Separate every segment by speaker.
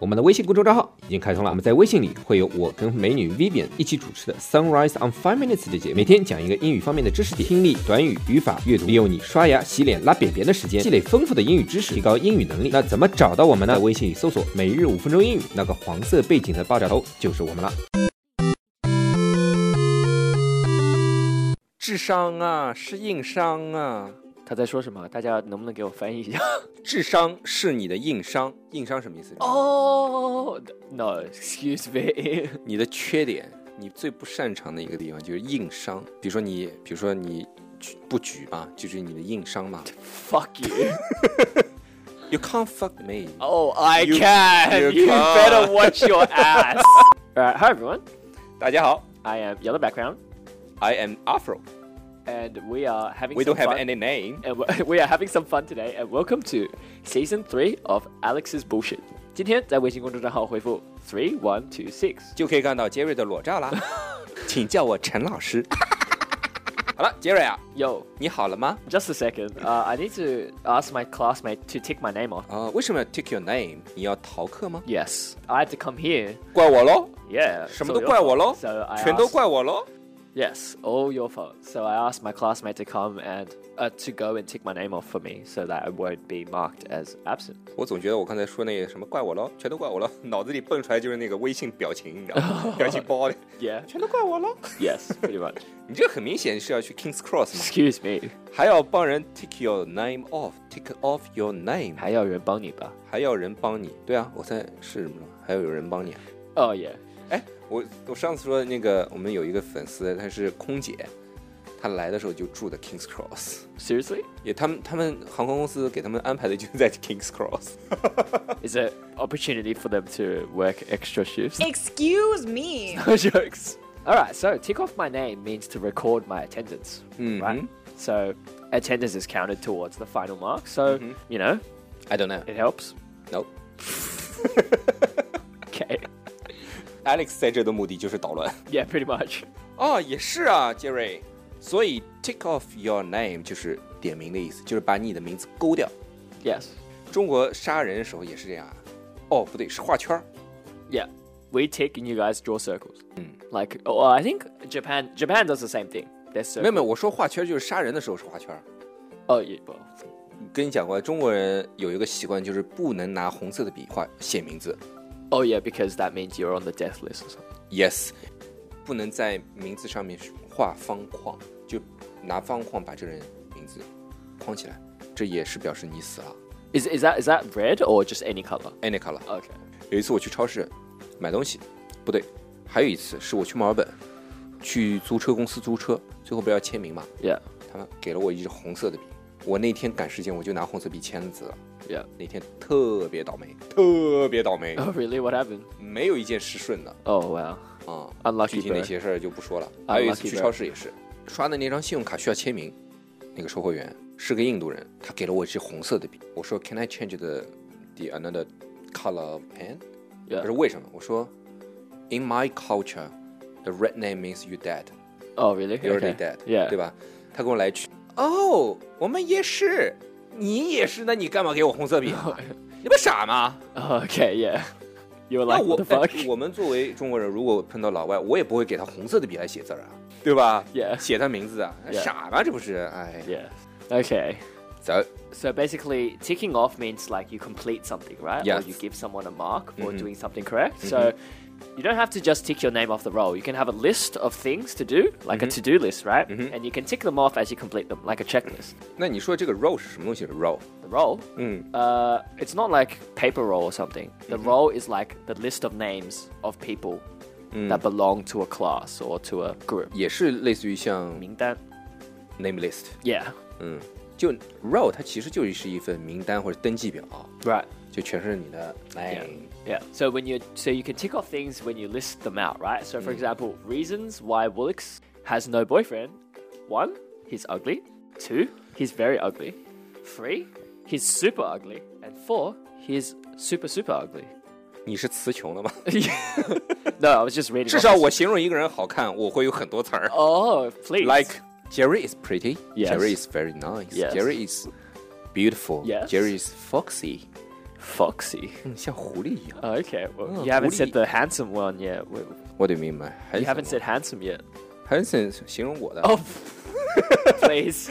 Speaker 1: 我们的微信公众账号已经开通了，我们在微信里会有我跟美女 Vivian 一起主持的 Sunrise on Five Minutes 的节目，每天讲一个英语方面的知识点，听力、短语、语法、阅读，利用你刷牙、洗脸、拉便便的时间，积累丰富的英语知识，提高英语能力。那怎么找到我们呢？在微信里搜索“每日五分钟英语”，那个黄色背景的爆炸头就是我们了。
Speaker 2: 智商啊，是硬伤啊！
Speaker 3: 他在说什么？大家能不能给我翻译一 下？
Speaker 2: 智商是你的硬伤，硬伤什么意思？，
Speaker 3: 哦、n o Oh, excuse me，
Speaker 2: 你的缺点，你最不擅长的一个地方就是硬伤。比如说你，比如说你举不举吧，就是你的硬伤嘛。
Speaker 3: fuck you。
Speaker 2: You can't fuck me.
Speaker 3: Oh, I
Speaker 2: You-
Speaker 3: can.
Speaker 2: you
Speaker 3: You,
Speaker 2: can't.
Speaker 3: better watch your ass. Alright, hi everyone.
Speaker 2: 大家好
Speaker 3: I am yellow background,
Speaker 2: ，I am Afro.
Speaker 3: and we are having.
Speaker 2: We
Speaker 3: some
Speaker 2: don't have
Speaker 3: fun.
Speaker 2: any name.
Speaker 3: And we- we are having some fun today. And welcome to season three of Alex's bullshit. 今天在微信公众账号回复 three one two six。
Speaker 2: 就可以看到杰瑞的裸照 啦。请叫我陈老师。 好了，杰瑞啊，
Speaker 3: Yo,
Speaker 2: 你好了吗？
Speaker 3: just a second. Uh, I need to ask my classmate to take my name off.
Speaker 2: 啊、为什么要 take your name？你要逃课吗？
Speaker 3: Yes, I had to come here.
Speaker 2: 怪我喽，
Speaker 3: Yeah.
Speaker 2: 什
Speaker 3: so
Speaker 2: 么都
Speaker 3: your
Speaker 2: 怪我
Speaker 3: fault.
Speaker 2: 喽
Speaker 3: So I，
Speaker 2: 全都
Speaker 3: asked-
Speaker 2: 怪我喽。
Speaker 3: Yes, all your fault. So I asked my classmate to come and uh, to go and tick my name off for me so that I won't be marked as absent.
Speaker 2: 我总觉得我刚才说那个什么怪我喽，全都怪我喽， 脑子里蹦出来就是那个微信表情，你知道 吗？表情包里
Speaker 3: Yeah.
Speaker 2: 全都怪我喽。
Speaker 3: Yes, pretty much.
Speaker 2: 你这很明显是要去 Kings Cross 嘛，
Speaker 3: Excuse me.
Speaker 2: 还要帮人 take your name off，take off your name，还
Speaker 3: 还要人帮你吧？
Speaker 2: 还要人帮你。对啊，我在是什么？还要有人帮你、啊。
Speaker 3: Oh yeah.
Speaker 2: 哎，我我上次说那个，我们有一个粉丝，她是空姐，她来的时候就住的 Kings Cross，
Speaker 3: Seriously?
Speaker 2: 也他们他们航空公司给他们安排的就在 Kings Cross。
Speaker 3: Is there opportunity for them to work extra shifts?
Speaker 4: Excuse me.
Speaker 3: No jokes. All right. So tick off my name means to record my attendance, right? So attendance is counted towards the final mark. So you know
Speaker 2: I don't know.
Speaker 3: it helps.
Speaker 2: Nope.
Speaker 3: Okay.
Speaker 2: Alex 在这的目的就是捣乱。
Speaker 3: Yeah, pretty much.
Speaker 2: 哦，也是啊，杰瑞。所以 take off your name 就是点名的意思，就是把你的名字勾掉。
Speaker 3: Yes.
Speaker 2: 中国杀人的时候也是这样啊。哦，不对，是画圈儿。
Speaker 3: Yeah, we take and you guys draw circles.
Speaker 2: Hmm.
Speaker 3: Like, oh, I think Japan Japan does the same thing. There's
Speaker 2: 没有
Speaker 3: circles.
Speaker 2: 没有，我说画圈儿就是杀人的时候是画圈儿。
Speaker 3: Oh yeah, well,
Speaker 2: 跟你讲过，中国人有一个习惯，就是不能拿红色的笔画写名字。
Speaker 3: oh yeah, because that means you're on the death list or something.
Speaker 2: Yes，不能在名字上面画方框，就拿方框把这人名字框起来，这也是表示你死了。
Speaker 3: Is is that is that red or just any color?
Speaker 2: 艾 n 卡了。
Speaker 3: Okay.
Speaker 2: 有一次我去超市买东西，不对，还有一次是我去墨尔本去租车公司租车，最后不是要签名嘛，
Speaker 3: Yeah,
Speaker 2: 他们给了我一支红色的笔，我那天赶时间我就拿红色笔签字了，
Speaker 3: yeah.
Speaker 2: 那天特别倒霉，特别倒霉，
Speaker 3: Oh really? What happened?
Speaker 2: 没有一件事顺的
Speaker 3: Oh wow.
Speaker 2: 啊。具
Speaker 3: Unlucky
Speaker 2: 体那
Speaker 3: bird.
Speaker 2: 些事儿就不说了。
Speaker 3: 啊
Speaker 2: 还有一次
Speaker 3: lucky
Speaker 2: 去
Speaker 3: bird
Speaker 2: 超市也是，刷的那张信用卡需要签名，那个售货员是个印度人，他给了我一支红色的笔，我说 Can I change the the another color pen？
Speaker 3: Yeah.
Speaker 2: 他说为什么？我说，In my culture, the red name means you dead,
Speaker 3: Oh really?
Speaker 2: you're already
Speaker 3: Okay.
Speaker 2: dead，、对
Speaker 3: Yeah.
Speaker 2: 吧？他跟我来一句，哦，我们也是，你也是，那你干嘛给我红色笔 啊、你不傻吗？
Speaker 3: Oh, okay. Yeah. You were
Speaker 2: 那
Speaker 3: like
Speaker 2: 我
Speaker 3: what the fuck?
Speaker 2: 哎我们作为中国人，如果碰到老外，我也不会给他红色的笔来写字儿啊，对吧
Speaker 3: Yeah.
Speaker 2: 写他名字啊
Speaker 3: Yeah.
Speaker 2: 傻吗？这不是？哎，
Speaker 3: Yeah. Okay.
Speaker 2: 走，
Speaker 3: So basically, ticking off means like you complete something, right?
Speaker 2: Yes.
Speaker 3: Or you give someone a mark for doing something correct. So you don't have to just tick your name off the roll. You can have a list of things to do, like a to do list, right? And you can tick them off as you complete them, like a checklist.
Speaker 2: 那你说这个 roll 是什么东西？roll，
Speaker 3: The roll,
Speaker 2: 嗯
Speaker 3: uh, it's not like paper roll or something. The roll is like the list of names of people that belong to a class or to a group.
Speaker 2: 也是类似于像
Speaker 3: 名单.
Speaker 2: name list，
Speaker 3: Yeah.
Speaker 2: 嗯，就 roll 它其实就是一份名单或者登记表，
Speaker 3: Right.
Speaker 2: 就全是你的哎
Speaker 3: Yeah. Yeah. So when you so you can tick off things when you list them out, right? So
Speaker 2: Mm.
Speaker 3: for example, reasons why Woolix has no boyfriend. One, he's ugly. Two, he's very ugly. Three, he's super ugly. And four, he's super super ugly.
Speaker 2: 你是词 穷了吗？
Speaker 3: No, I was just reading.
Speaker 2: 至
Speaker 3: off
Speaker 2: 少
Speaker 3: this-
Speaker 2: 我形容一个人好看，我会有很多词 儿。
Speaker 3: Oh, please.
Speaker 2: Like Jerry is pretty.
Speaker 3: Yes.
Speaker 2: Jerry is very nice.
Speaker 3: Yes.
Speaker 2: Jerry is beautiful.
Speaker 3: Yes.
Speaker 2: Jerry is foxy.
Speaker 3: foxy.
Speaker 2: 嗯，像狐狸一样。
Speaker 3: Oh, okay. Well,
Speaker 2: Oh,
Speaker 3: you haven't
Speaker 2: Woody.
Speaker 3: said the handsome one yet. Wait,
Speaker 2: What do you mean by
Speaker 3: You haven't
Speaker 2: handsome?
Speaker 3: said handsome yet.
Speaker 2: handsome 形容我的。
Speaker 3: Oh, please.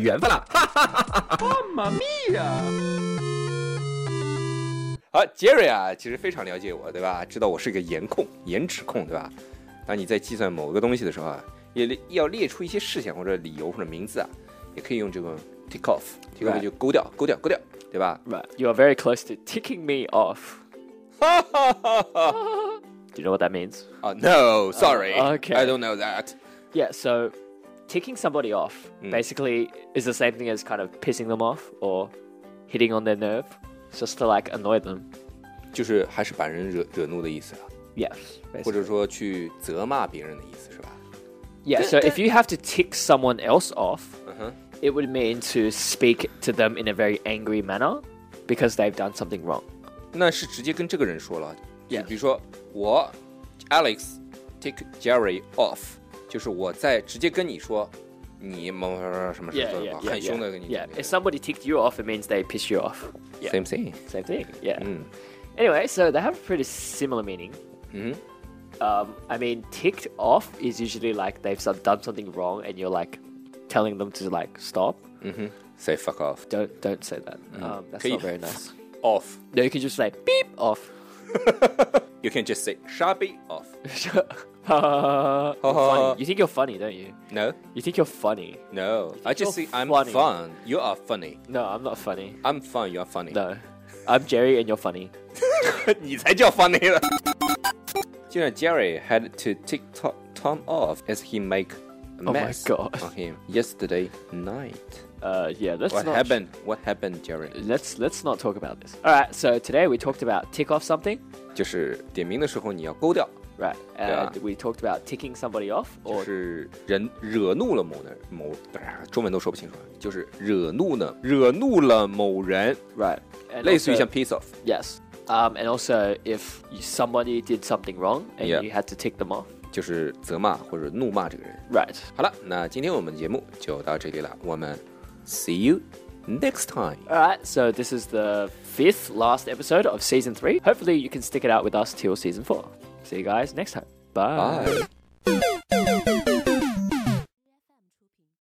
Speaker 1: 缘分啦。
Speaker 2: 好，Jerry 啊，其实非常了解我，对吧？知道我是个颜控、颜值控，对吧？当你在计算某个东西的时候啊，也列要列出一些事情或者理由或者名字啊，也可以用这个 tick off，tick off
Speaker 3: Right
Speaker 2: 就勾掉、勾掉、勾掉，对吧？
Speaker 3: Right. You are very close to ticking me off. Do you know what that means?
Speaker 2: 啊、n o s o r r y
Speaker 3: Oh, okay.
Speaker 2: i don't know that。
Speaker 3: Yeah, so ticking somebody off
Speaker 2: Mm.
Speaker 3: basically is the same thing as kind of pissing them off or hitting on their nerve just to like annoy them.
Speaker 2: 就是还是把人惹惹怒的意思啊，
Speaker 3: Yes.
Speaker 2: 或
Speaker 3: basically.
Speaker 2: 者说去责骂别人的意思是吧？
Speaker 3: Yeah, so if you have to tick someone else off,
Speaker 2: 嗯哼，
Speaker 3: it would mean to speak to them in a very angry manner because they've done something wrong.
Speaker 2: 那是直接跟这个人说了，就
Speaker 3: Yes.
Speaker 2: 比如说我 Alex take Jerry off，就是我在直接跟你说你某某某什么什么
Speaker 3: Yeah,
Speaker 2: 做
Speaker 3: yeah,
Speaker 2: 的不好
Speaker 3: yeah,
Speaker 2: 很
Speaker 3: yeah.
Speaker 2: 凶的跟你
Speaker 3: Yeah,
Speaker 2: 讲
Speaker 3: if somebody ticked you off, it means they pissed you off. yeah.
Speaker 2: same thing，
Speaker 3: Same thing. Yeah.
Speaker 2: 嗯
Speaker 3: Anyway, so they have a pretty similar meaning. Mm-hmm.
Speaker 2: 嗯哼，
Speaker 3: Um, I mean, ticked off is usually like they've some- done something wrong, and you're like telling them to like stop.
Speaker 2: say fuck off
Speaker 3: Don't don't say that. Um, that's
Speaker 2: Can
Speaker 3: not
Speaker 2: you-
Speaker 3: very nice.
Speaker 2: off，you
Speaker 3: No, you can just say beep off.
Speaker 2: can just say shabby off，no
Speaker 3: You're funny. You think you're funny, don't you? You think you're funny?
Speaker 2: no，I just say I'm
Speaker 3: funny.
Speaker 2: fun，you are funny，I'm
Speaker 3: No, I'm not funny.
Speaker 2: fun，you are funny，
Speaker 3: No, I'm Jerry, and you're funny.
Speaker 2: 你才叫 funny 了。既然 Jerry had to take To- Tom off as he make a
Speaker 3: Oh my
Speaker 2: mess
Speaker 3: God.
Speaker 2: on him yesterday night.
Speaker 3: Uh, yeah, that's
Speaker 2: What
Speaker 3: not
Speaker 2: happened? What happened, Jerry?
Speaker 3: Let's let's not talk about this. All right. So today we talked about tick off something,
Speaker 2: 就是点名的时候你要勾掉，
Speaker 3: right?
Speaker 2: Yeah.
Speaker 3: And we talked about ticking somebody off
Speaker 2: 就
Speaker 3: or
Speaker 2: 是人惹怒了某人某，不是中文都说不清楚，啊就是惹怒呢，惹怒了某人，
Speaker 3: right. And
Speaker 2: 类似于
Speaker 3: also-
Speaker 2: 像 piece of。
Speaker 3: Yes. Um, and also, if you, somebody did something wrong and
Speaker 2: Yeah.
Speaker 3: you had to tick them off.
Speaker 2: 就是责骂或者怒骂这个人。
Speaker 3: Right.
Speaker 2: 好了，那今天我们的节目就到这里了，我们 see you next time。
Speaker 3: All right. So this is the fifth last episode of season three. Hopefully, you can stick it out with us till season four. See you guys next time. Bye.
Speaker 2: Bye.